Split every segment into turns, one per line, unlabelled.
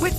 With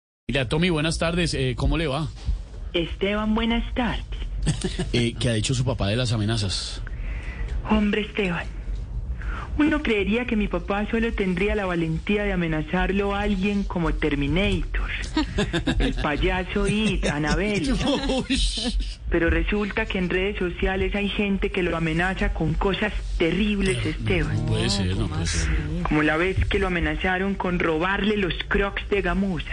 Mira, Tommy, buenas tardes. Eh, ¿Cómo le va?
Esteban, buenas tardes.
Eh, ¿Qué ha dicho su papá de las amenazas?
Hombre Esteban, uno creería que mi papá solo tendría la valentía de amenazarlo a alguien como Terminator, el payaso It, Anabel, pero resulta que en redes sociales hay gente que lo amenaza con cosas terribles, Esteban,
puede ser, no puede ser.
como la vez que lo amenazaron con robarle los crocs de gamuza,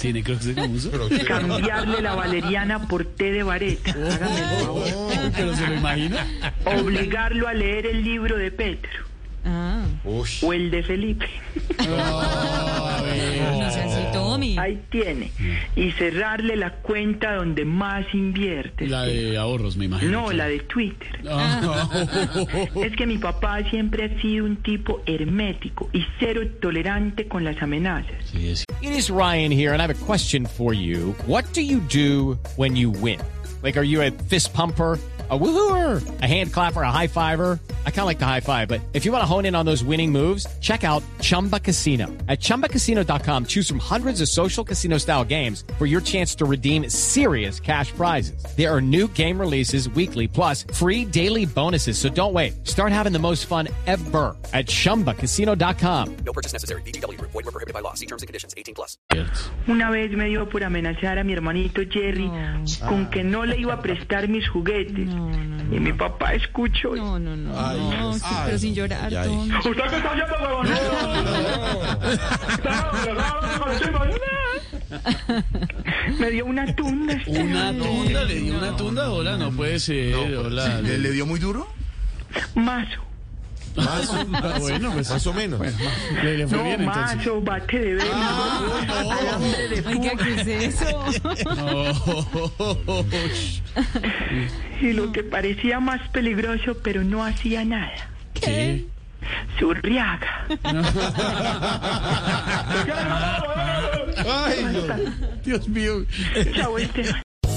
¿Tiene crocs de gamuza?
cambiarle la valeriana por té de vareta, hágame el favor.
¿Pero se lo imagina?
obligarlo a leer el libro de Petro o el de Felipe. Ahí tiene.
Mm.
Y cerrarle la cuenta donde más invierte.
La de ahorros, me imagino.
No, la de Twitter.
Ah,
Es que mi papá siempre ha sido un tipo hermético y cero tolerante con las amenazas.
sí, es-
It is Ryan here, and I have a question for you. What do you do when you win? Like, are you a fist pumper? A woohooer, a hand clapper, a high fiver. I kind of like the high five, but if you want to hone in on those winning moves, check out Chumba Casino. At chumbacasino.com, choose from hundreds of social casino style games for your chance to redeem serious cash prizes. There are new game releases weekly, plus free daily bonuses. So don't wait. Start having the most fun ever at chumbacasino.com.
No purchase necessary. BGW. Void were prohibited by law. See terms and conditions. 18 plus.
cierto.
Una vez me dio por amenazar a mi hermanito Jerry
Ah.
con que no le iba a prestar mis juguetes. Y mi papá escuchó.
No, no, no. no, sí, pero sin llorar, Tommy.
¿Usted qué está haciendo, huevón? ¿eh? Me dio una tunda. este
Una tunda, le dio una tunda, hola, no puede ser, hola.
¿Le, le dio muy duro?
Mazo.
Más,
Ah, bueno, pues
o menos.
le, le fue
No,
bien entonces.
mazo, bate de verga.
Ah.
alambre de
Oiga,
púa.
¿qué es eso?
No.
Y lo que parecía más peligroso, pero no hacía nada.
¿Qué?
Surriaga.
Dios mío.
Chao,
este
Esteban.